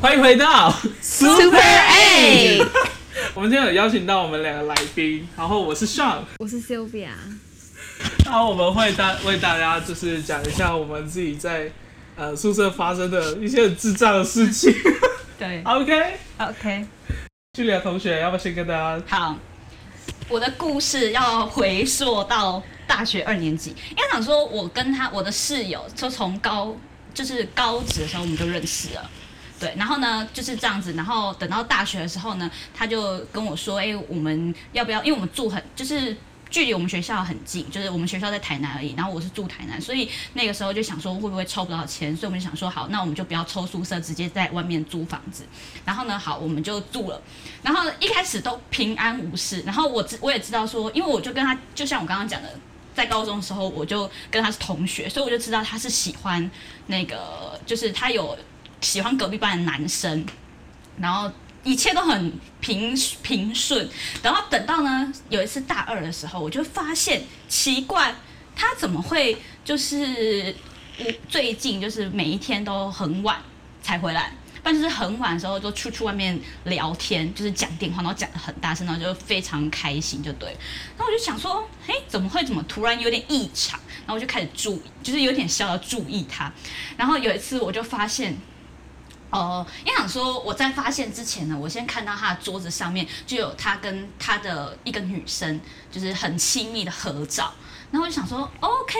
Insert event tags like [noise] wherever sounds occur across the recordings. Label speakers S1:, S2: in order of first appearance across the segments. S1: 欢迎回到
S2: Super A，
S1: 我们今天有邀请到我们两个来宾，然后我是 Sean，
S2: 我是 Sylvia。
S1: 然后我们会大为大家就是讲一下我们自己在呃宿舍发生的一些很智障的事情。 [laughs]
S3: 对
S1: OK，
S3: ，OK，
S1: 剧里的同学要不要先跟大家？
S3: 好，我的故事要回溯到大学二年级，因为想说，我跟他我的室友就从高就是高职的时候我们就认识了。对，然后呢就是这样子，然后等到大学的时候呢，他就跟我说，哎、我们要不要？因为我们住很就是距离我们学校很近，就是我们学校在台南而已，然后我是住台南，所以那个时候就想说会不会抽不到签，所以我们就想说好，那我们就不要抽宿舍，直接在外面租房子。然后呢，好，我们就住了。然后一开始都平安无事，然后我知我也知道说，因为我就跟他，就像我刚刚讲的，在高中的时候我就跟他是同学，所以我就知道他是喜欢那个，就是他有喜欢隔壁班的男生，然后一切都很平平顺。然后等到呢有一次大二的时候，我就发现奇怪，他怎么会就是我最近就是每一天都很晚才回来。但就是很晚的时候就出去外面聊天，就是讲电话，然后讲的很大声，然后就非常开心，就对了。然后我就想说，嘿，怎么会怎么突然有点异常？然后我就开始注意，就是有点小小注意他。然后有一次我就发现，哦、因为想说我在发现之前呢，我先看到他的桌子上面就有他跟他的一个女生，就是很亲密的合照。然后我就想说，OK，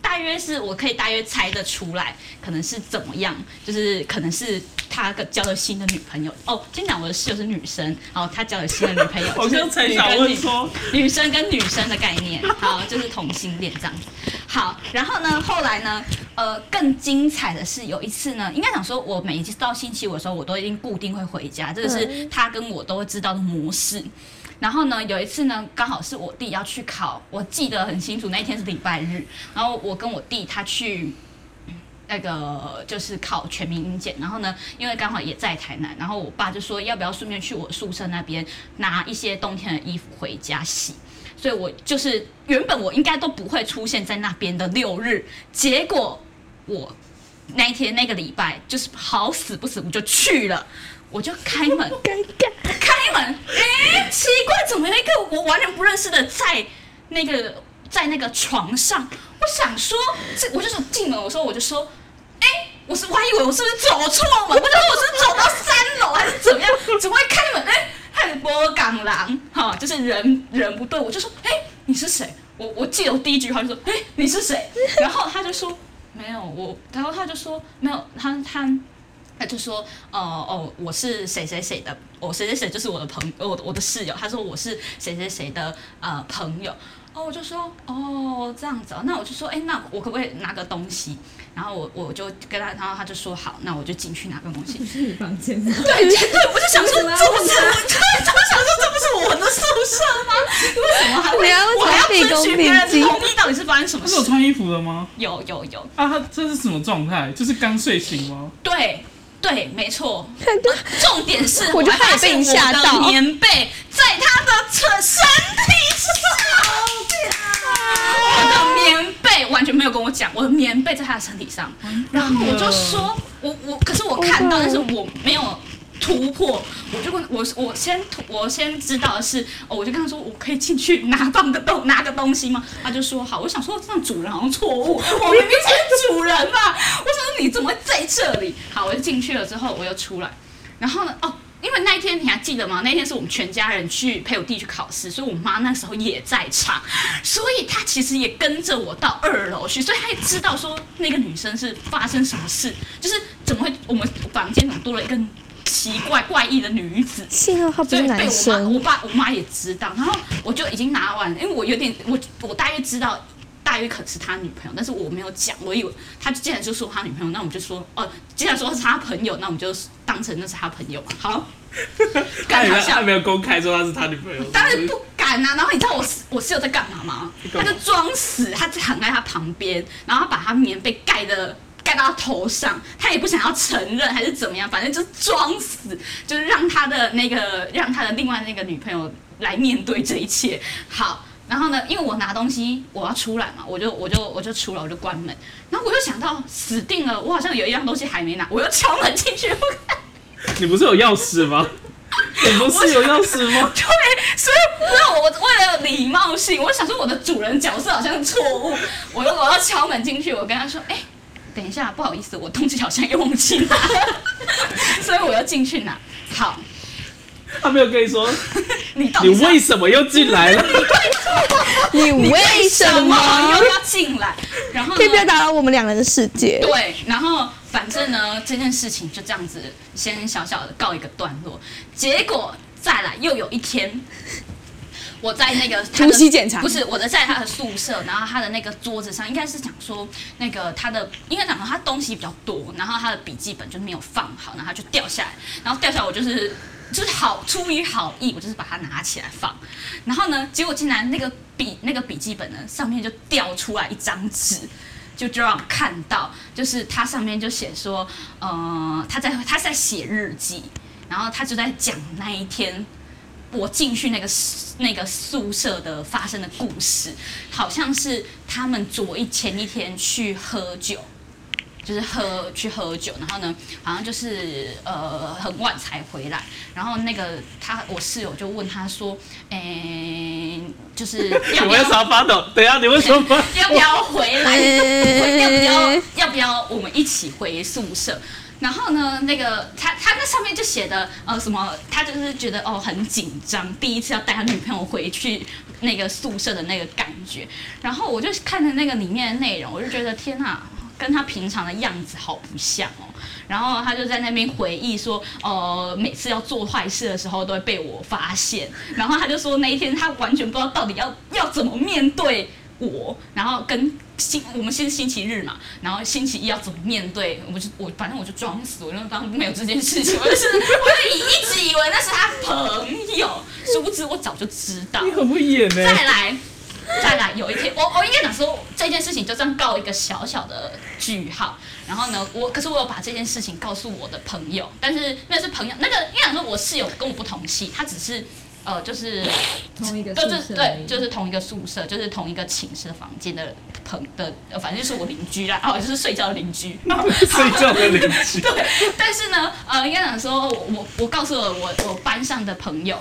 S3: 大约是我可以大约猜得出来，可能是怎么样，就是可能是他交了新的女朋友。哦，先讲我的室友是女生，哦，他交了新的女
S1: [laughs]。
S3: 朋友
S1: 我刚才想
S3: 就
S1: 问
S3: 是女跟女
S1: 说，
S3: [laughs] 女生跟女生的概念，好，就是同性恋这样子。好，然后呢，后来呢，呃，更精彩的是有一次呢，应该想说，我每一次到星期五的时候，我都一定固定会回家，这个是他跟我都会知道的模式。然后呢，有一次呢，刚好是我弟要去考，我记得很清楚，那一天是礼拜日，然后我跟我弟他去那个就是考全民英检，然后呢，因为刚好也在台南，然后我爸就说要不要顺便去我宿舍那边拿一些冬天的衣服回家洗，所以我就是原本我应该都不会出现在那边的六日，结果我那一天那个礼拜就是好死不死我就去了，我就开门，
S2: 尴尬，
S3: 开门，哎、奇怪，怎么有一个我完全不认识的在那个在那个床上？我想说，这我就说进门，我说我就说，哎、我是我还以为我是不是走错门，我就说我是走到三楼还是怎么 [laughs] 样？怎么会开门？哎、还有波港狼，哈，就是人人不对，我就说，哎、你是谁？我我记得我第一句话就说，哎、你是谁？然后他就说没有我，然后他就说没有，他他他就说，呃，哦，我是谁谁谁的，我谁谁谁就是我的朋友，我我的室友。他说我是谁谁谁的呃朋友。哦，我就说，哦，这样子哦，那我就说，哎，那我可不可以拿个东西？然后我我就跟他，然后他就说好，那我就进去拿个东西
S2: 不。是你房间吗？
S3: 对对，我就想说，这
S2: 为什么要
S3: 不是我，对，我想说这不是我的宿舍吗？ [laughs] 为什么还会
S2: 你要为什么
S3: 我还要
S2: 卑
S3: 遵
S2: 躬
S3: 循别人
S2: 卑
S3: 的
S2: 躬
S3: 同意？到底是发生什么
S1: 他是有
S3: [laughs] 事？
S1: 穿衣服的吗？
S3: 有有有，
S1: 啊，他这是什么状态？就是刚睡醒吗？
S3: 对对，没错。
S2: 看到
S3: 重点是，
S2: 我就
S3: 还发
S2: 怕你被
S3: 现
S2: 你吓到
S3: 我的棉被在他的身身体上，我的棉被完全没有跟我讲，我的棉被在他的身体上，然后我就说，我我可是我看到，但是我没有。突破，我就跟我我先突我先知道的是，哦，我就跟他说我可以进去拿放个东拿个东西吗？他就说好，我想说这样主人好像错误，我明明是主人嘛，我想说你怎么会在这里？好，我就进去了之后我又出来，然后呢，哦，因为那一天你还记得吗？那天是我们全家人去陪我弟去考试，所以我妈那时候也在场，所以她其实也跟着我到二楼去，所以她也知道说那个女生是发生什么事，就是怎么会我们房间怎么多了一个奇怪怪异的女子。
S2: 幸好他不
S3: 所以
S2: 是
S3: 被
S2: 男
S3: 我妈、我
S2: 生，
S3: 爸、我妈也知道，然后我就已经拿完，因为我有点，我我大约知道，大约可能是他女朋友，但是我没有讲，我以为他既然就说他女朋友，那我们就说哦，既然说是他朋友，那我们就当成那是他朋友嘛，好，
S1: 他
S3: 干
S1: 有
S3: 好
S1: 他
S3: 笑
S1: 没。有公开说他是他女朋友，
S3: 当然不敢啊！然后你知道我室我室友在干嘛吗
S1: 你？干
S3: 他
S1: 嘛
S3: 就装死，他躺在他旁边，然后他把他棉被盖的盖到他头上，他也不想要承认还是怎么样，反正就是装死，就是让他的那个让他的另外那个女朋友来面对这一切。好，然后呢，因为我拿东西我要出来嘛，我就我就我就出来我就关门，然后我又想到死定了，我好像有一样东西还没拿，我又敲门进去，我看
S1: 你不是有钥匙吗？你不是有钥匙 [laughs] 吗？
S3: 对，所以那我我为了礼貌性，我想说我的主人角色好像错误，我我要敲门进去，我跟他说，哎、等一下，不好意思，我东西好像又忘记拿了，所以我要进去拿。好，
S1: 他没有跟你说，
S3: 你到
S1: 你
S3: 底是要
S1: 为什么又进来了？
S4: 你为
S3: 为
S4: 什
S3: 什
S4: 么
S3: 么又要进来？然后
S4: 可以不要
S3: 呢？
S4: 打扰我们两人的世界？
S3: 对，然后反正呢，这件事情就这样子，先小小的告一个段落。结果再来又有一天， [laughs] 我在那个他的
S4: [laughs] 突袭检查
S3: 不是我的，在他的宿舍，然后他的那个桌子上，应该是讲说那个他的，应该讲说他东西比较多，然后他的笔记本就没有放好，然后他就掉下来，然后掉下来我就是就是好出于好意，我就是把它拿起来放，然后呢，结果竟然那个笔那个笔记本呢上面就掉出来一张纸。就就让我看到，就是他上面就写说，呃，他在他在写日记，然后他就在讲那一天我进去那个那个宿舍的发生的故事，好像是他们昨一前一天去喝酒，就是喝去喝酒，然后呢，好像就是呃很晚才回来，然后那个他我室友就问他说，诶、就是要
S1: 哎 [laughs] 你
S3: 不
S1: 为
S3: 要
S1: 啥发抖？等一下，你为什么发？
S3: 要不要回来？
S4: 嗯
S3: 要不要要不要我们一起回宿舍？然后呢，那个他他那上面就写的呃什么，他就是觉得哦很紧张，第一次要带他女朋友回去那个宿舍的那个感觉。然后我就看着那个里面的内容，我就觉得天哪，跟他平常的样子好不像哦。然后他就在那边回忆说，呃，每次要做坏事的时候都会被我发现。然后他就说那一天他完全不知道到底要要怎么面对我，然后跟星我们是星期日嘛，然后星期一要怎么面对，我就我反正我就装死，我就当没有这件事情，我就是我就以一直以为那是他朋友，殊不知我早就知道
S1: [laughs] 你。很会演呢、
S3: 再来，再来，有一天，我我应该讲说这件事情就这样告一个小小的句号。然后呢，我可是我有把这件事情告诉我的朋友，但是那是朋友，那个应该讲说我室友跟我不同系，他只是呃就是
S2: 同一个
S3: 都
S2: 宿
S3: 就是
S2: 舍而
S3: 对，
S2: 已，
S3: 就是同一个宿舍，就是同一个寝室的房间的朋的，呃反正就是我邻居啦，哦，就是睡觉的邻居。
S1: 睡觉的邻 [laughs] 居，
S3: [laughs] 但是呢，呃，应该讲说，我我我告诉了我我班上的朋友，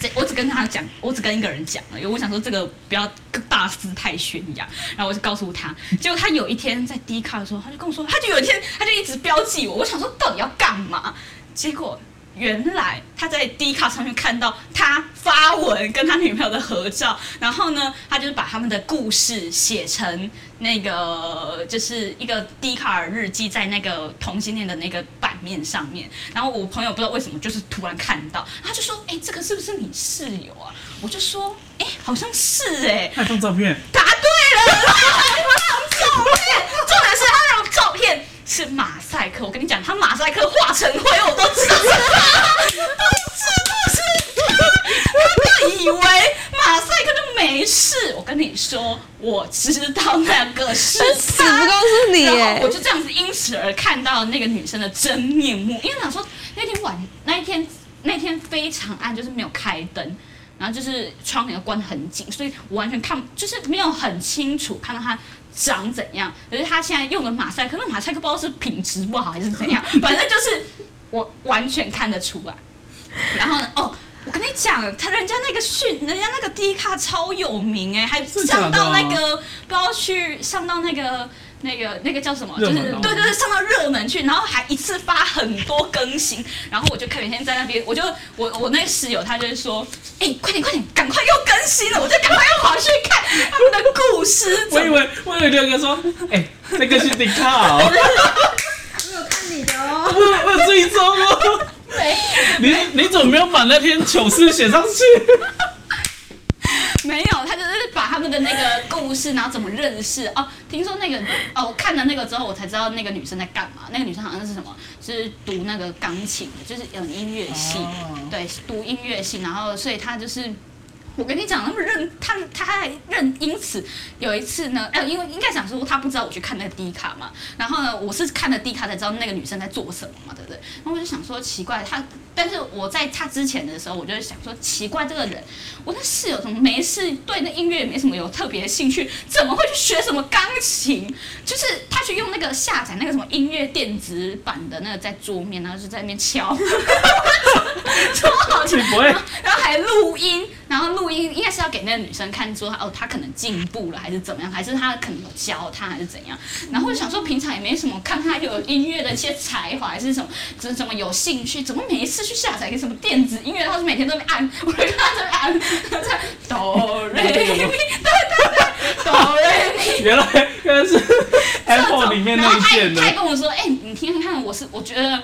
S3: 这我只跟他讲，我只跟一个人讲了，因为我想说这个不要大肆太宣扬，然后我就告诉他，结果他有一天在 D 卡的时候，他就跟我说，他就有一天他就一直标记我，我想说到底要干嘛？结果原来他在 D 卡上面看到他发文跟他女朋友的合照，然后呢，他就是把他们的故事写成那个就是一个 D 卡尔日记在那个同性恋的那个版面上面。然后我朋友不知道为什么就是突然看到，他就说：“哎、这个是不是你室友啊？”我就说：“哎、好像是哎、
S1: 看张照片，
S3: 答对了， [laughs] 让我照片，重点是他那张照片是马赛克。我跟你讲，他马赛克化成灰，我都知道 [laughs] 是他，是不是 [laughs] 他？他就以为马赛克就没事。我跟你说，我知道那个是
S4: 死不
S3: 他。
S4: 告诉你
S3: 然后我
S4: 耶！
S3: 就这样子，因此而看到那个女生的真面目。因为想说那天晚那一天那天非常暗，就是没有开灯，然后就是窗帘关得很紧，所以我完全看就是没有很清楚看到她长怎样。可是她现在用的马赛克，那马赛克不知道是品质不好还是怎样，反正就是我完全看得出来。然后呢，哦。我跟你讲，他人家那个训，人家那个 D 卡超有名哎、还
S1: 是假
S3: 上
S1: 的
S3: 到
S1: 啊
S3: 那个不要去上到那个那个那个叫什么，就
S1: 热
S3: 是
S1: 门
S3: 对
S1: 哦
S3: 对对，上到热门去，然后还一次发很多更新，然后我就看每天在那边，我就我我那个室友他就是说，哎、快点快点，赶快又更新了，我就赶快又跑去看他们的故事，
S1: 我以为我以为六哥说，哎、那个是迪卡 [laughs] 哦，
S2: 我有看你的哦。
S1: 我有我有追踪哦，
S3: 没
S1: 你你怎么没有把那篇糗事写上去？
S3: [laughs] 没有，他就是把他们的那个故事，然后怎么认识哦。听说那个哦，我看了那个之后，我才知道那个女生在干嘛。那个女生好像是什么，就是读那个钢琴，就是有音乐系，对，读音乐系，然后所以她就是。我跟你讲，他们认他他还认，因此有一次呢，呃，因为应该讲说他不知道我去看那个 D 卡嘛，然后呢，我是看了 D 卡才知道那个女生在做什么嘛，对不对？然后我就想说奇怪，他但是我在他之前的时候，我就想说，奇怪，这个人， [laughs] 我的室友怎么没事对那音乐也没什么有特别兴趣，怎么会去学什么钢琴？就是他去用那个下载那个什么音乐电子版的那个在桌面，然后就在那边敲，超好笑
S1: 你。不会
S3: 然后还录音，然后录音应该是要给那个女生看说，哦，她可能进步了，还是怎么样，还是她可能有教她，还是怎样。然后我就想说，平常也没什么看她有音乐的一些才华，还是什么，怎怎么有兴趣，怎么每一次去下载一个什么电子音乐，她是每天都在那边按，我就看她在那边按，她在哆瑞咪，对对对，哆瑞咪。
S1: 原来原 [laughs] 来是 Apple
S3: 种
S1: 里面
S3: 然
S1: 内
S3: 后他
S1: 建的
S3: 他，还跟我说：“哎、你听听看，我是我觉得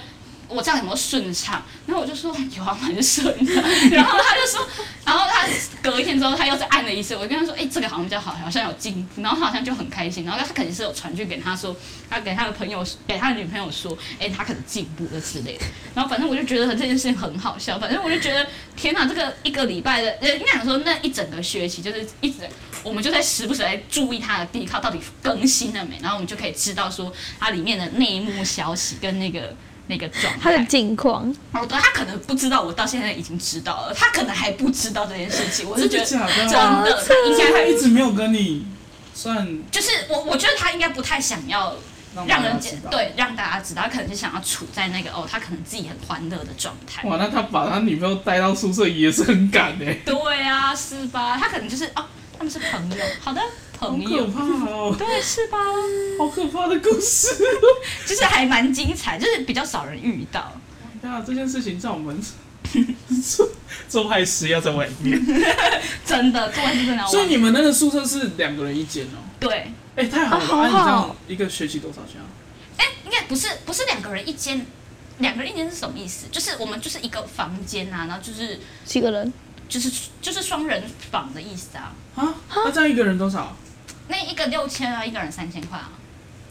S3: 我这样有没有顺畅？”然后我就说：“有啊，蛮顺的。”然后他就说，然后他隔一天之后，他又再按了一次。我就跟他说：“哎、这个好像比较好，好像有进步。”然后他好像就很开心。然后他肯定是有传讯给他说，哎他给他的朋友，给他的女朋友说：“哎、他可能进步了之类的。”然后反正我就觉得这件事情很好笑。反正我就觉得，天哪，这个一个礼拜的，呃，应该讲说那一整个学期就是一整。我们就在时不时来注意它的地靠到底更新了没，然后我们就可以知道说它里面的内幕消息跟那个那个状
S4: 他的
S3: 态。
S4: 近况，
S3: 哦，对，他可能不知道，我到现在已经知道了，他可能还不知道这件事情。我是觉得
S1: 真的假的
S3: 真的，他应该
S1: 他
S3: 还
S1: 一直没有跟你算
S3: 就是我，我觉得他应该不太想要
S1: 让
S3: 让
S1: 大家
S3: 人
S1: 知
S3: 解
S1: 道。
S3: 对让大家知道，他可能是想要处在那个哦，他可能自己很欢乐的状态。
S1: 哇，那他把他女朋友带到宿舍也是很敢哎、
S3: [laughs] 对啊，是吧？他可能就是哦，他们是朋友，好的
S1: 好
S3: 朋
S1: 可
S3: 友，
S1: 怕哦，
S3: 对，是吧？
S1: 好可怕的故事 [laughs] 哦。
S3: 就是还蛮精彩，就是比较少人遇到。
S1: 对啊，这件事情在我们 [laughs] 做做坏事要在外面，
S3: 真的，做完是真的要
S1: 所以
S3: 忘。
S1: 你们那个宿舍是两个人一间哦。
S3: 对，
S1: 哎、太
S3: 哦
S1: 好了！啊
S4: 啊好
S1: 你这样
S4: 好
S1: 一个学期多少钱啊？
S3: 哎、应该不是不是两个人一间，两个人一间是什么意思？就是我们就是一个房间啊，然后就是
S4: 几个人？
S3: 就是就是双人房的意思啊。
S1: 啊，那这样一个人多少？
S3: 那一个六千啊，一个人三千块啊，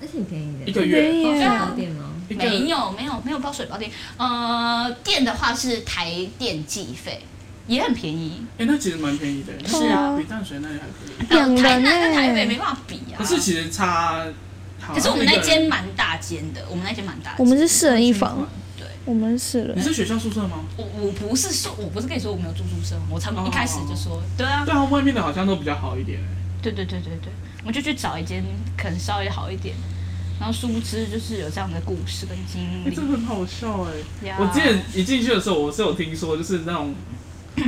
S2: 那挺便宜的。
S1: 一个月？
S2: 包水
S3: 对
S2: 包
S3: 啊
S2: 电吗？
S1: 一个
S3: 没有没有没有包水包电，呃，电的话是台电计费，也很便宜。
S1: 哎、那其实蛮便宜的，
S3: 是啊
S1: 比淡水那里还可以。
S4: 两
S3: 呃台
S4: 人
S3: 南跟台北
S4: 呢
S3: 没？办法比啊。
S1: 可是其实差，好啊
S3: 可是我们那，
S1: 一个
S3: 间
S1: 人
S3: 蛮大间的，我们那间蛮大
S4: 我
S3: 间。
S4: 们是四人一房，
S3: 对，
S4: 我们四人
S1: 你。是学校宿舍吗？
S3: 我我不是说，我不是跟你说我没有住宿舍吗，我才一开始就说，对啊，
S1: 对啊，外面的好像都比较好一点、哎
S3: 对对对对对，我们就去找一间可能稍微好一点。然后殊不知就是有这样的故事跟经
S1: 哎、
S3: 历
S1: 这。很好笑哎、
S3: 呀
S1: 我之前一进去的时候，我是有听说，就是那种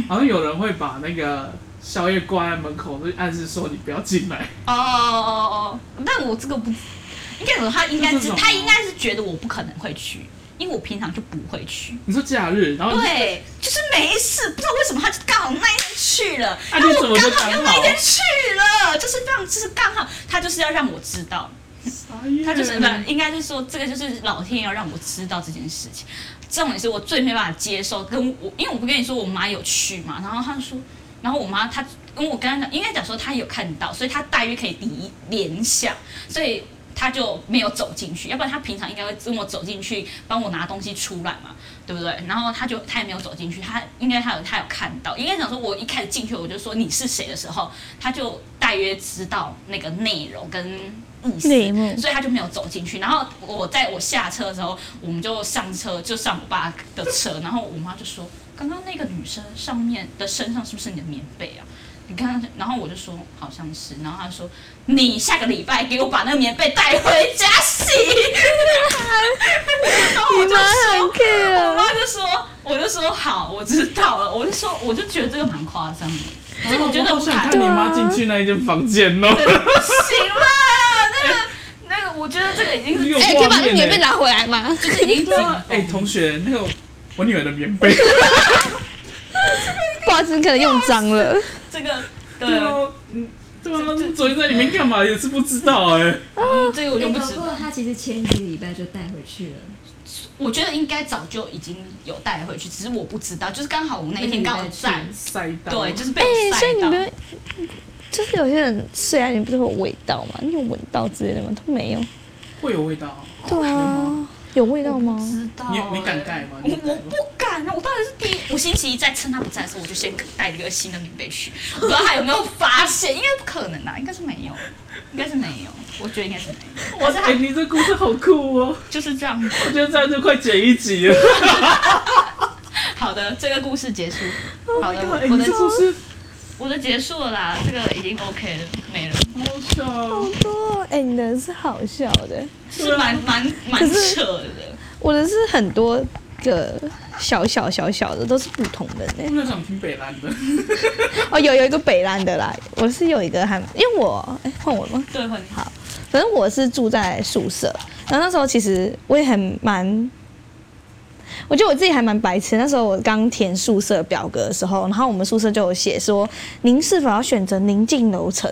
S1: 好像有人会把那个宵夜挂在门口，就暗示说你不要进来。 [laughs]
S3: 哦哦哦哦，但我这个不，应该怎么说？他应该
S1: 这是
S3: 是
S1: 什么
S3: 他应该是觉得我不可能会去，因为我平常就不会去。
S1: 你说假日，然后哦你
S3: 对，就是没事，不知道为什么他就刚好那一天去了，
S1: 啊
S3: 然后
S1: 你怎
S3: 我
S1: 么就
S3: 刚
S1: 刚
S3: 好又那一
S1: 好
S3: 天去了，就是这样，就是刚好他就是要让我知道。
S1: 傻眼
S3: 他就是不，应该是说这个就是老天要让我知道这件事情。这种也是我最没办法接受，跟我因为我不跟你说我妈有去嘛，然后她说，然后我妈她因为我跟她讲，应该讲说她有看到，所以她大约可以联联想，所以她就没有走进去，要不然她平常应该会跟我走进去帮我拿东西出来嘛，对不对？然后她就她也没有走进去，她应该她有她有看到，应该讲说我一开始进去我就说你是谁的时候，她就大约知道那个内容跟意思，
S4: 内幕
S3: 所以他就没有走进去。然后我在我下车的时候，我们就上车，就上我爸的车。然后我妈就说：“刚刚那个女生上面的身上是不是你的棉被啊？”你刚刚，然后我就说好像是，然后她说你下个礼拜给我把那个棉被带回家洗， [laughs] 然后我
S4: 你
S3: 就
S4: 妈很
S3: 说，我
S4: care，
S3: 妈就说，我就说好，我知道了，我就说，我就觉得这个蛮夸张的，这个我觉得
S1: 好
S3: 不
S1: 想
S3: 太
S1: 看你妈进去那一间房间哦， [laughs]
S3: 不行了，那个那个，我觉得这个已经是
S1: 有
S4: 哎，可以把
S1: 画
S4: 那个棉被
S1: 面哎。
S4: 拿回来吗？
S3: 就是已经
S1: 对啊，哎，同学，那个我女儿的棉被，
S4: 不好意思，你可能用脏了。
S3: 这个对
S1: 对，啊，嗯，对啊，你昨天在里面干嘛也是不知道哎。
S3: 嗯这个我就不
S2: 搞
S3: 知
S2: 哎不
S3: 道
S2: 过，他其实前几个礼拜就带回去了，
S3: 我觉得应该早就已经有带回去，只是我不知道，就是刚好我那一天刚好在，
S1: 塞到
S3: 对，就是被
S4: 哎
S3: 我，
S4: 所以
S3: 晒
S4: 你
S3: 到。
S4: 们就是有些人睡在里面不是会有味道吗？你有闻到之类的吗？都没有。
S1: 会有味道啊。
S4: 对啊，有味道吗
S3: 我？不知道
S1: 你
S3: 欸
S1: 你敢盖吗
S3: 我我不敢啊！我当然是第一，我星期一在趁他不在的时候，我就先带了一个新的棉被去，我不知道他有没有发现，应该不可能啊，应该是没有，应该是没有，我觉得应该是没有，
S1: 哇，哎，你这故事好酷哦，
S3: 就是这样子。
S1: 我觉得这样就快剪一集了。
S3: 的，这个故事结束。好
S4: ，Oh
S3: 的，
S1: 哎、
S3: 我我
S1: 你
S3: 的
S1: 这故事
S3: 我的结束了啦，这个已经 OK 了，没了，
S1: 好巧哦，
S4: 好多哎、你的是好笑的，
S3: 是蛮蛮蛮
S4: 啊可是
S3: 扯的。
S4: 我的是很多个小小小小的，都是不同的呢。
S1: 那想听北兰
S4: [laughs]
S1: 的，
S4: 哦，有有一个北兰的啦，我是有一个还，因为我哎换、我了吗？
S3: 对，换你
S4: 好反正我是住在宿舍，然后那时候其实我也很蛮，我觉得我自己还蛮白痴。那时候我刚填宿舍表格的时候，然后我们宿舍就有写说，您是否要选择宁静楼层？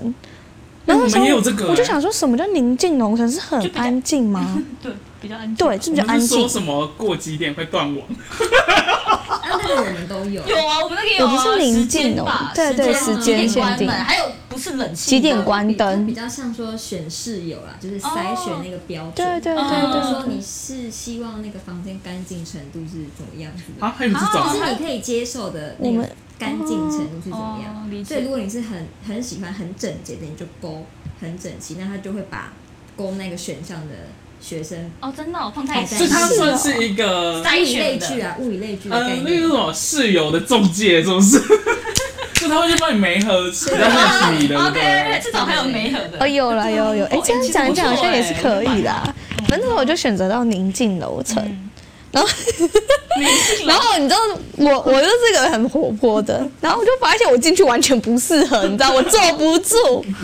S4: 然后那
S1: 我
S4: 时候
S1: 们也有这个
S4: 我就
S1: 欸
S4: 想说，什么叫宁静楼层？是很
S3: 就比较
S4: 安静吗？
S3: 对，比较安静。
S4: 对，是不
S1: 我
S4: 是比较安
S1: 们是
S4: 静
S1: 说？什么过几点会断网？
S2: 啊，那个我们都有，
S3: 有啊，我们那个有
S4: 我
S3: 啊，
S4: 们是
S3: 时
S4: 临
S3: 间
S4: 近哦
S3: 吧
S4: 对对
S2: 时间
S3: 几点
S2: 限
S3: 关
S4: 定
S3: 门，还有不是冷气
S4: 几点
S2: 就
S3: 的
S2: 比
S4: 关灯
S2: 就比较像说选室友啦，就是筛选那个标准。
S4: 对对对
S3: 哦
S2: 就是
S4: 对，
S2: 说你是希望那个房间干净程度是怎么样子的，
S1: 啊，还有这种
S3: 啊
S2: 就是你可以接受的
S4: 哦我
S2: 那
S4: 们
S2: 个干净程度是怎么样。
S3: 哦理
S2: 所以如
S3: 解。
S2: 果你是很很喜欢很整洁的，你就勾很整齐，那他就会把勾那个选项的学生
S3: 哦，真的哦，碰太
S2: 是
S1: 所以它
S4: 是
S1: 算
S4: 哦
S1: 是一个
S3: 筛
S2: 物以
S3: 选
S2: 类
S3: 的
S2: 聚啊，物以类聚的
S1: 呃
S2: 概，
S3: 哎
S1: 那个
S2: 念
S1: 什。么室友的中介是不是？ [laughs] 就他会去帮你媒合，比
S4: 啊
S1: 较认识你的，对不
S3: OK，
S1: 对？
S3: 至少还有媒合
S4: 哦
S3: 的。
S4: 有啦有有，哎、
S3: 哦
S4: 这
S3: 哎
S4: 样
S3: 其实
S4: 讲一
S3: 不
S4: 讲好
S3: 错
S4: 像也是
S3: 哎
S4: 可
S3: 我
S4: 以啊
S3: 蛮 [laughs]
S4: 啦。反正那时候我就选择到宁静楼层，然后你知道我，我就是这个很活泼的，然后我就发现我进去完全不适合，你知道我坐不住。
S1: [laughs]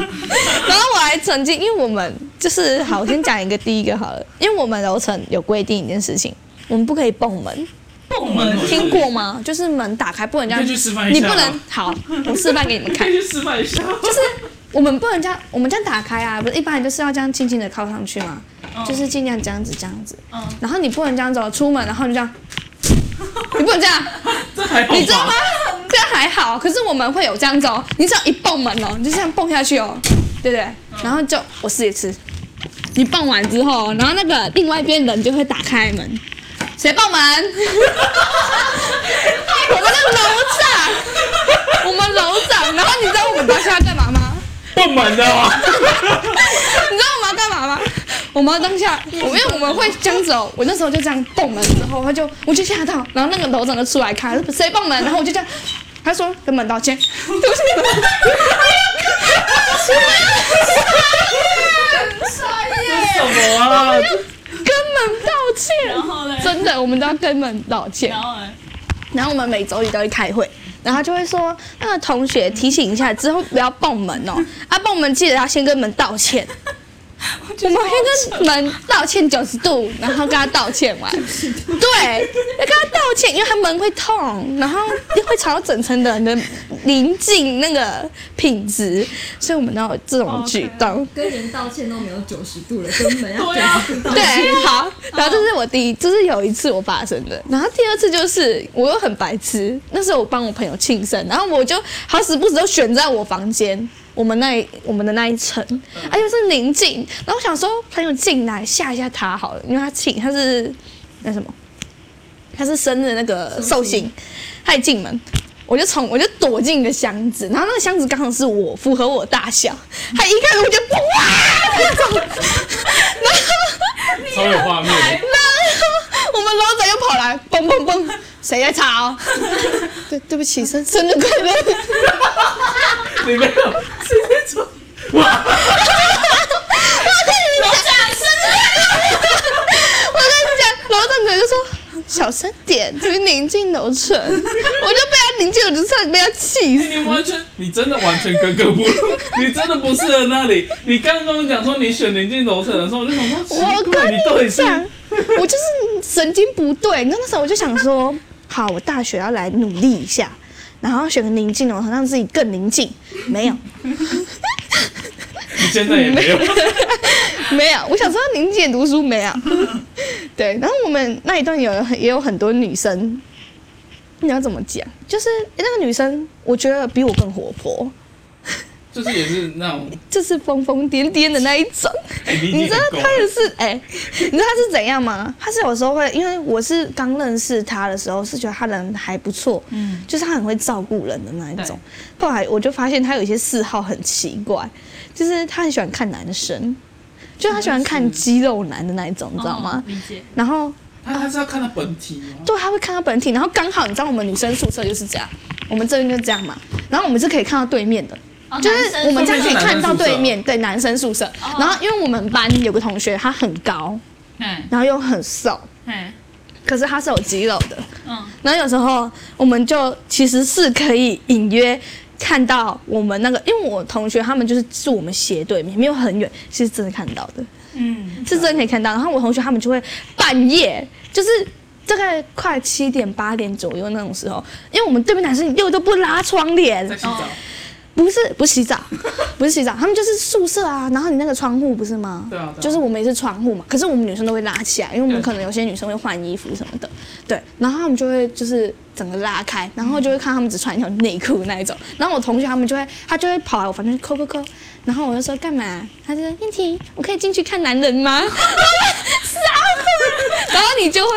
S4: 然后我还曾经，因为我们就是好，我先讲一个第一个好了，因为我们楼层有规定一件事情，我们不可以蹦门，
S1: 蹦门
S4: 听过？吗？就是门打开不能这
S1: 你可以
S4: 样，
S1: 去示范一
S4: 你
S1: 下吗
S4: 不能好，我示范给你们
S1: 可
S4: 看
S1: 以，去示范一
S4: [laughs]
S1: 下。
S4: 就是我们不能这样，我们这样打开
S1: [laughs]
S4: 啊，不是一般人就是要这样轻轻的靠上去嘛，
S1: 哦
S4: 就是尽量这样子这样子，
S3: 嗯
S4: 然后你不能这样走哦出门，然后
S1: [laughs]
S4: 你这样，你不能这样。
S1: 这还好吧
S4: 你知道吗？？ [laughs] 这样还好，可是我们会有这样子哦，你只要一蹦门哦，你就这样蹦下去哦，对不对？然后就我试一次，你蹦完之后，然后那个另外一边人就会打开门，谁蹦门？ [laughs] 我们的楼长，我们楼长。然后你知道我们当下干嘛吗？
S1: 蹦门的
S4: [laughs]
S1: 哦，
S4: 你知道我们要干嘛吗？我们要当下，我因为我们会这样走，我那时候就这样蹦门之后，他就我就吓到，然后那个楼长就出来看谁蹦门，然后我就这样，他说跟门道歉，对不 [laughs] 起。
S1: 什么啊？
S4: 哎跟门道
S3: 然
S4: 歉，
S3: 后嘞，
S4: 真的，我们都要跟门道歉
S3: 然。后嘞，
S4: 然后我们每周一都会开会，然后他就会说，那个同学提醒一下，之后不要蹦门 [laughs] 哦，啊，蹦门记得要先跟门道歉。 [laughs] 我们先跟门道歉九十度，然后跟他道歉完，对，要跟他道歉，因为他门会痛，然后会吵到整层的人的临近那个品质，所以我们都有这种举动。
S2: 跟人道歉都没有九十度了，根本要
S3: 对啊 [laughs]
S2: 九十度道歉。
S4: [laughs] 对，好，然后这是我第一，这是有一次我发生的，然后第二次就是我又很白痴，那时候我帮我朋友庆生，然后我就好死不死都选在我房间，我们那一我们的那一层，啊又是宁静，然后我想说朋友进来吓一下他好了，因为他请他是那什么，他是生日那个寿
S2: 寿星
S4: 星，他一进门。我就从我就躲进一个箱子，然后那个箱子刚好是我符合我大小，他一看我就哇那种，然后
S1: 超有画面，
S4: 然后我们老仔又跑来，蹦蹦蹦，谁在吵？对，对不起，生生日快乐！
S1: 你没有，是那种哇，
S4: 楼长生日快乐！我跟你讲，楼长可能就说小声点，这边宁静楼层，我就被他宁静，我就差点被他气死。
S1: 你完全，你真的完全格格不入，你真的不适合那里。你刚刚跟我讲说你选临近楼层的时候，我就想说，
S4: 我
S1: 奇怪，
S4: 跟
S1: 你到底
S4: 你
S1: 是
S4: 讲，我就是神经不对。那那时候我就想说，好，我大学要来努力一下，然后选个宁静楼层，让自己更宁静。没有，
S1: 你现在也没有，
S4: [laughs] 没有，我想知道宁姐读书没有？对，然后我们那一段有也有很多女生，你要怎么讲？就是诶那个女生，我觉得比我更活泼，
S1: 就是也是那种，
S4: 就是疯疯癫癫的那一种。
S1: 哎，你已
S4: 你
S1: 经
S4: 知道
S1: 很够
S4: 她
S1: 了
S4: 也是哎、你知道她是怎样吗？她是有时候会，因为我是刚认识她的时候，是觉得她人还不错，
S3: 嗯，
S4: 就是他很会照顾人的那一种。后来我就发现他有一些嗜好很奇怪，就是他很喜欢
S1: 哦
S4: 看男生，就他喜欢看肌肉男的那一种，你知道
S3: 哦
S4: 吗？
S3: 理解。
S4: 然后
S1: 他他是要看到本体吗？
S4: 对，他会看到本体，然后刚好你知道我们女生宿舍就是这样，我们这边就是这样嘛，然后我们是可以看到对面的，
S3: 哦
S4: 就是我们这样可以看到对
S1: 男生哦
S4: 面，对男生宿舍。然后因为我们班有个同学他很高，
S3: 嗯
S4: 然后又很瘦，
S3: 嗯
S4: 可是他是有肌肉的，
S3: 嗯，
S4: 然后有时候我们就其实是可以隐约看到我们那个，因为我同学他们就是住我们斜对面，没有很远，其实真的看到的，
S3: 嗯，
S4: 是真的可以看到。然后我同学他们就会半夜，就是大概快七点八点左右那种时候，因为我们对面男生又都不拉窗帘
S1: 在，洗澡
S3: 哦，
S4: 不是不洗澡，不是洗澡，他们就是宿舍啊。然后你那个窗户不是吗？
S1: 对啊对啊
S4: 就是我们也是窗户嘛，可是我们女生都会拉起来，因为我们
S1: 对
S4: 可能有些女生会换衣服什么的。对，然后他们就会就是整个拉开，然后就会看他们只穿一条内裤那一种。然后我同学他们就会，他就会跑来我房间抠抠抠，然后我就说干嘛？他就说燕婷，我可以进去看男人吗？ [laughs] 然后你就会，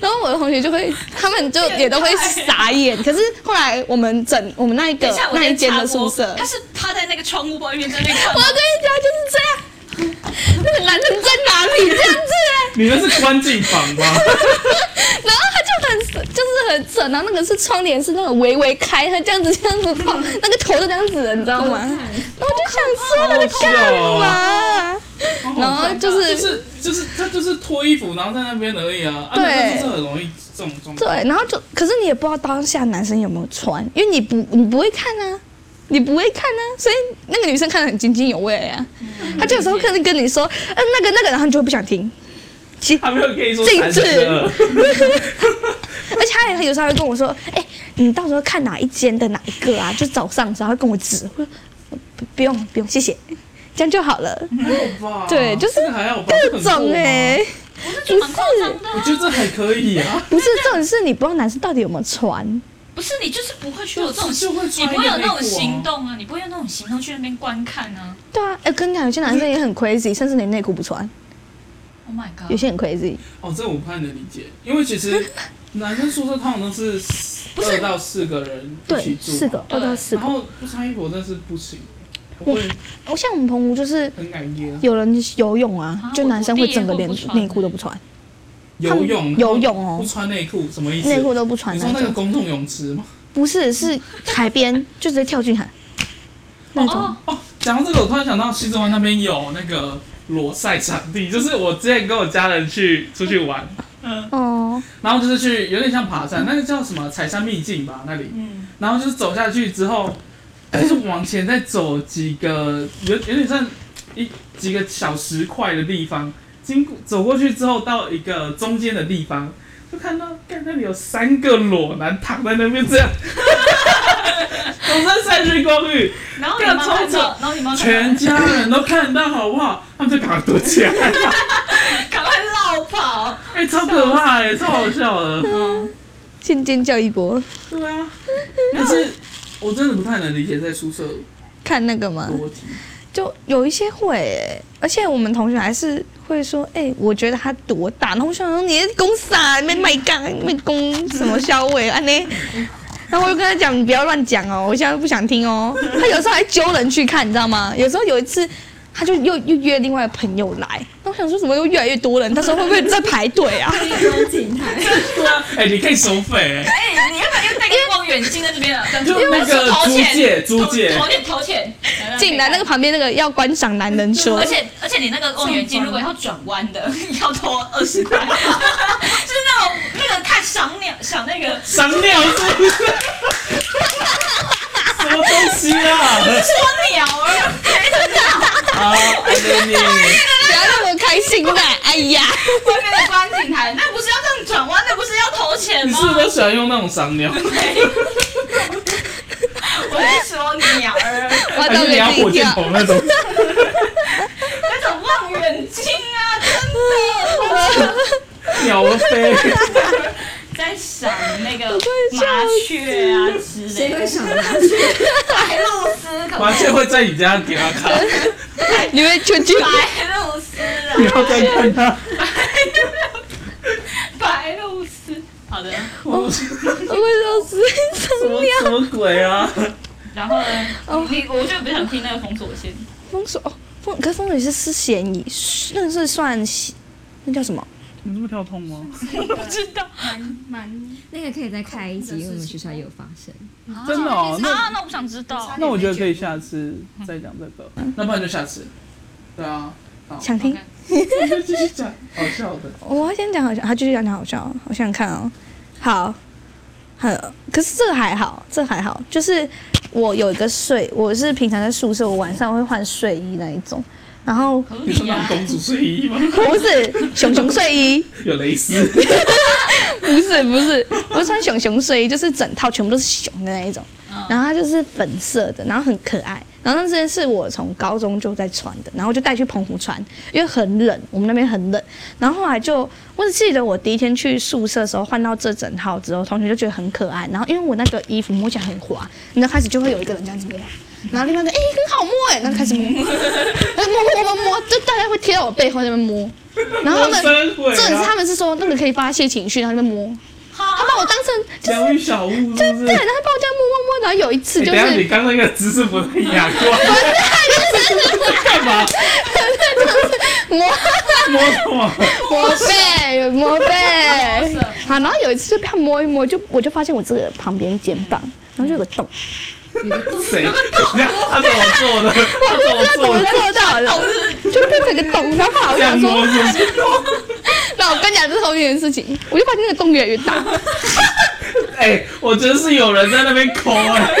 S4: 然后我的同学就会，他们就
S3: [laughs]
S4: 也都会傻眼。可是后来我们整我们那一个
S3: 等一下，我
S4: 那一
S3: 先
S4: 间
S3: 插
S4: 的宿
S3: 播
S4: 舍，
S3: 他是趴在那个窗户外面在那看
S4: 我
S3: 吗
S4: 跟。你讲就是这样，那个男人在哪里这样子、欸？
S1: 你那是关进房
S4: [laughs]
S1: 吗？
S4: 然后他就很就是很扯，然后那个是窗帘是那个微微开，他这样子这样子放，那个头就这样子了，你知道吗？
S3: 啊
S2: [laughs]
S4: 然后我就想说他在干嘛？哦然后就是
S1: 就是就是他就是脱衣服，然后在那边而已啊。啊
S4: 对
S1: 男生就是很容易这种状
S4: 对
S1: 况。，
S4: 然后就可是你也不知道当下男生有没有穿，因为你不你不会看啊，你不会看啊，所以那个女生看得很津津有味啊。她就有时候可能跟你说，嗯、那个那个，然后你就会不想听。其
S1: 他没有跟你说
S4: 禁
S1: 男
S4: 止
S1: 生了
S4: [laughs] 而且他也有时候还会跟我说：“哎、你到时候看哪一间的哪一个啊？”就早上的时候他会跟我指，我说不不用不用，谢 [laughs] 谢，这样就好了。
S1: 还好吧？
S4: 对就是
S1: 这个还好吧？
S4: [laughs] 各
S1: 这很够
S4: 种
S1: 吗
S4: 哎、
S3: 我是觉得蛮夸张的
S1: 我
S3: 啊
S1: 觉。得这还可以啊。
S4: [laughs] 不是重点是你不知道男生到底有没有穿，
S3: 不是你就是不会去有这种，
S1: 就会
S3: 你
S1: 穿
S3: 不
S1: 一个内裤啊
S3: 会有那种行动啊，你不会有那种行动去那边观看啊。
S4: 对啊，哎、跟你讲，有些男生也很 [laughs] crazy，甚至连内裤不穿，
S3: Oh my
S4: 有
S3: god！
S4: 些很 crazy。
S1: 哦，这我不太能理解，因为其实男生宿舍通常都是二到四个人一起
S4: 对，哦
S1: 住嘛，
S4: 四个，
S3: 对
S4: 二到四
S1: 然
S4: 个。嗯
S1: 后不穿衣服真的是不行，我会
S4: 我像我们澎湖就是
S1: 很感激啊。
S4: 有人游泳啊
S3: 啊，
S4: 就男生会整个连
S3: 我弟也会不穿
S4: 内裤都不穿，他们
S1: 游泳
S4: 游泳哦
S1: 不穿内裤什么意思？
S4: 内裤都不穿
S1: 你
S4: 那
S1: 说那个
S4: 种，
S1: 公众泳池吗？
S4: 不是是海边就直接跳进海那种。
S3: 哦，
S1: 哦，讲到这个，我突然想到西子湾那边有那个裸晒场地，就是我之前跟我家人去出去玩，
S4: 哦，
S1: 然后就是去有点像爬山，那个叫什么采山秘境吧，那里，
S3: 嗯，
S1: 然后就是走下去之后，哎就是往前再走几个，有有点像一几个小石块的地方，经过走过去之后，到一个中间的地方，就看到看那里有三个裸男躺在那边这 [laughs] 样，总算晒日光浴，
S3: 然后你妈看
S1: 不要冲，
S3: 到然后你妈看到
S1: 全家人都看到好不好？他们就赶快躲 [laughs] 起来，
S3: 赶快绕跑。
S1: 哎、超可怕哎、超好笑 [laughs] 的。
S3: 嗯，
S4: 先尖叫一波，
S1: 对啊，但是我真的不太能理解在宿舍
S4: 看那个吗？
S1: 裸体。
S4: 就有一些会、而且我们同学还是会说，哎、我觉得他多大？然后我想说，你在攻啥？没啊卖干，没攻什么校委啊呢？然后我就跟他讲，你不要乱讲哦，我现在不想听哦。他有时候还揪人去看，你知道吗？有时候有一次，他就又又约另外的朋友来，那我想说，怎么又越来越多人？他说会不会在排队啊？
S2: 收警台，
S1: [laughs] 对啊，哎、你可以收费、哎
S3: 哎，你要不要又戴个望远镜在这边啊？这样子
S1: 就那个
S3: 投钱
S1: 租借租借
S3: 投投钱投钱，
S4: 进来那个旁边那个要观赏男人说
S3: [laughs] 而，且而且你那个望远镜如果要转弯的，要多二十块，就是那种那个看赏鸟赏那个 [laughs]
S1: 赏鸟是不是？什么东西啊？
S3: 说鸟儿，
S1: 啊，爱着你。
S4: 不要那么开心啦！哎呀，
S3: 外面的观景台，那不是要这样转弯，那不是要投钱
S1: 你
S3: 吗
S1: 是？不是都喜欢用那种赏鸟？
S3: 我是说鸟儿，
S4: 我
S1: 还
S4: 到
S1: 是你
S4: 给
S1: 要
S4: 自
S1: 火
S4: 己
S1: 箭 [laughs]
S4: 跳。
S1: 筒那种？
S3: 那种望远镜啊，真的
S1: 鸟儿飞，
S3: 在赏那个麻雀啊之类
S2: 谁会
S3: 的，
S2: 想拿去？
S3: 白鹭鸶可不
S1: 麻
S3: 可以
S1: 雀会在你家给它看，
S4: 你们出去
S3: 白鹭鸶
S1: 不
S3: 啊，
S1: 要再看它。
S3: 白鹭鸶。好的，
S1: [laughs] 我
S4: 我会笑死，
S1: 什么什么鬼啊？
S3: 然后
S4: 哦
S3: 呢？你我就不想听那个封锁线，
S4: 风水哦，风可是风水是是嫌疑，那是算那叫什么
S1: 你这么跳痛吗？
S3: 不知道
S5: 蛮蛮
S2: 那个可以再开一集，因为我们学校也有发生。
S1: 真的哦那
S3: 啊，那我想知道
S5: 差。
S1: 那我觉得可以下次再讲这个，那不然就下次。对啊，好，
S4: 想听
S3: OK？
S1: 继续讲好笑 [laughs] 的。
S4: 我要先讲好笑，他继续讲讲好笑，我想想看哦。好，很，可是这个还好，这个还好，就是我有一个睡，我是平常在宿舍，我晚上会换睡衣那一种，然后
S3: 合
S1: 你说
S3: 理
S1: 那
S3: 啊
S1: 种，公主睡衣吗？
S4: 不是熊熊睡衣，
S1: 有蕾丝，
S4: 不是不是，我穿熊熊睡衣，就是整套全部都是熊的那一种，
S3: 啊嗯
S4: 然后它就是粉色的，然后很可爱。然后那件是我从高中就在穿的，然后就带去澎湖穿，因为很冷，我们那边很冷。然后后来就，我只记得我第一天去宿舍的时候换到这整套之后，同学就觉得很可爱。然后因为我那个衣服摸起来很滑，然后开始就会有一个人这样子摸，然后另外一个哎、很好摸哎，然后开始摸，摸
S3: [laughs]
S4: 摸摸摸摸，就大家会贴到我背后在那边摸。然后他们，
S1: 生鬼
S4: 这是他
S1: 啊，
S4: 们是说那个可以发泄情绪，然后在那边摸。他把我当成就是
S1: 疗愈小物是不是？
S4: 对，然后把我这样摸摸摸，然后有一次
S1: 你
S4: 就
S1: 哎等
S4: 是
S1: 一下你刚刚那个姿势不太雅观，干嘛摸什
S4: 摸
S1: 么？
S4: 摸背摸背，好，然后有一次就被他摸一摸，就我就发现我这个旁边肩膀，然后就有个洞，
S1: 谁？你看他怎么做的？他怎么
S4: 那怎
S1: 做
S4: 么
S1: 的？
S4: 做到的？就变成一个洞，然后后来我
S1: 这样
S4: 想
S1: 摸
S4: 说，
S1: 是不是？
S4: 那我跟你讲这是后面的事情，我就发现那个洞越来越大，
S1: 哎，我觉得是有人在那边抠哎，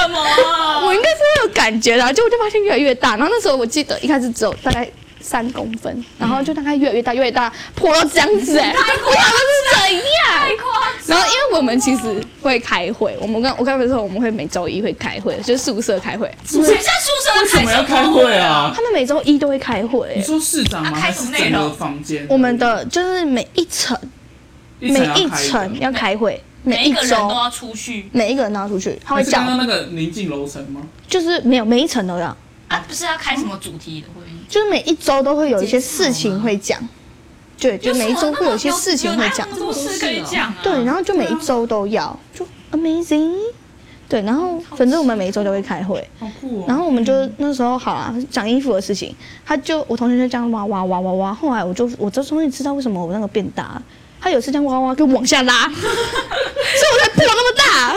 S3: 什么啊？
S4: 我应该是会有感觉的啊，就我就发现越来越大，然后那时候我记得一开始只有大概。三公分，然后就大概越来越大，越来越大，破到这样子哎、欸，我想这是怎样？
S3: 太夸张
S4: 然后，因为我们其实会开会，我们跟我刚才说我们会每周一会开会，就是宿舍开会。
S3: 了！谁在宿舍
S1: 为什么要开会？啊？
S4: 他们每周一都会开会
S1: 你，说市长吗？
S3: 啊
S1: 还
S3: 开
S1: 是
S3: 什么
S1: 整
S3: 内
S1: 个
S3: 容
S1: 房间？
S4: 我们的就是每一层
S1: 一
S4: 每
S1: 层要
S4: 一
S1: 开
S4: 层要开会，每
S3: 每一
S4: 一
S3: 个人
S4: 周
S3: 都要出去
S4: 每一个人拿出去，他
S1: 还
S4: 会
S1: 是刚刚
S4: 叫，
S1: 那个宁静楼层吗？
S4: 就是没有每一层都要，
S3: 啊？不是要开什么主题的会议？
S4: 就是每一周都会有一些事情会讲，对，就每一周会有一些事情会讲
S3: 有哪有，那么多事可以讲啊？
S4: 对，然后就每一周都要，就 amazing，对，然后反正我们每一周都会开会。
S1: 好酷哦！
S4: 然后我们就那时候好啦，讲衣服的事情，他就我同学就这样挖挖挖挖挖，后来我就我就终于知道为什么我那个变大了，他有一次这样挖挖给我往下拉， [laughs] 所以我才破那么大。
S3: 哇，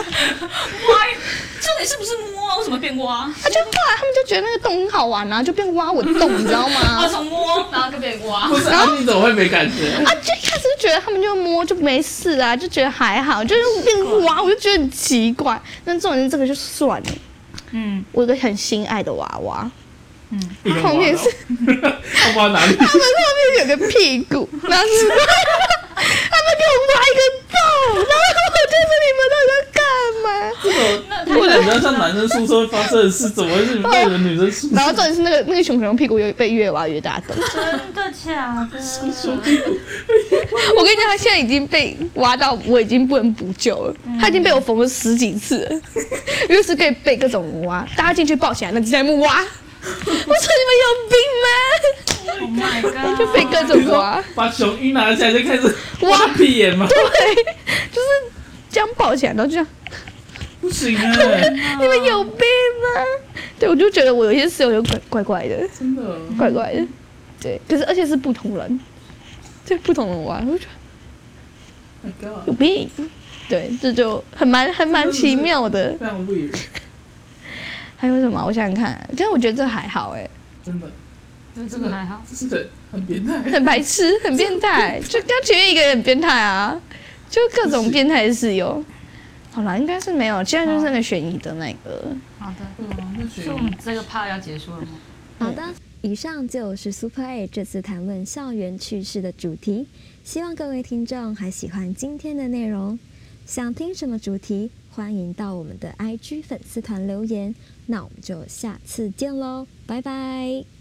S3: 重点是不是摸啊？为什么变挖？
S4: 他就后来他们就觉得那个洞很好玩啊，就变挖我的洞，你知道
S3: 啊， [laughs]
S4: 吗？
S3: 从摸然后跟变挖
S1: 不。是，啊你怎么会没感觉？
S4: 啊，就一开始就觉得他们就摸就没事啊，就觉得还好，就是变挖，我就觉得很奇怪。那这种人这个就算了，
S3: 嗯，
S4: 我有一个很心爱的娃娃，
S1: 一个
S4: 后面
S1: 娃娃，他挖啊哪
S3: [laughs]
S1: 里？
S4: 他们后面有个屁股，然后是他们给我挖一个洞，然后我就说你们到底在干嘛？
S1: [laughs] 为了比较像男生宿舍会发生的事，怎么会是为了女生宿
S4: 然后重点是那个那个熊熊屁股又被越挖越大洞，
S3: 真的假
S4: [laughs]
S3: 的？
S1: 舍？屁股
S4: 我跟你讲，他现在已经被挖到我已经不能补救了，他已经被我缝了十几次了，于是可以被各种挖，大家进去抱起来，那在木挖。我说你们有
S3: ，Oh my
S4: 病吗？ [laughs] 就
S3: god！
S4: 被各种挖，
S1: 把熊一拿起来就开始
S4: 哇
S1: 挖屁眼吗？
S4: 对，就是这样抱起来，然后就这样。
S1: 不行哎，
S4: 你们有病吗？对，我就觉得我有一些室友就怪怪怪的，
S1: 真的。
S4: 怪怪的。对，可是而且是不同人，对不同人玩，我就觉得
S1: My
S4: 有
S1: God，
S4: 病。对，这就很蛮很蛮奇妙的。
S1: 非常 weird，
S4: 还有什么？我想想看，但我觉得这还好哎，
S1: 真的，
S3: 这个还好。
S1: 这是个很变态。
S4: 很白痴，很变态，就刚前面一个人很变态啊，就各种变态的室友。好啦，应该是没有，现在就是那个悬疑的那个。
S3: 好的，
S1: 对啊，那群
S3: 是我们这个 part 要结束了吗？
S2: 好的，以上就是 Super A 这次谈论校园趣事的主题，希望各位听众还喜欢今天的内容。想听什么主题，欢迎到我们的 IG 粉丝团留言。那我们就下次见喽，拜拜。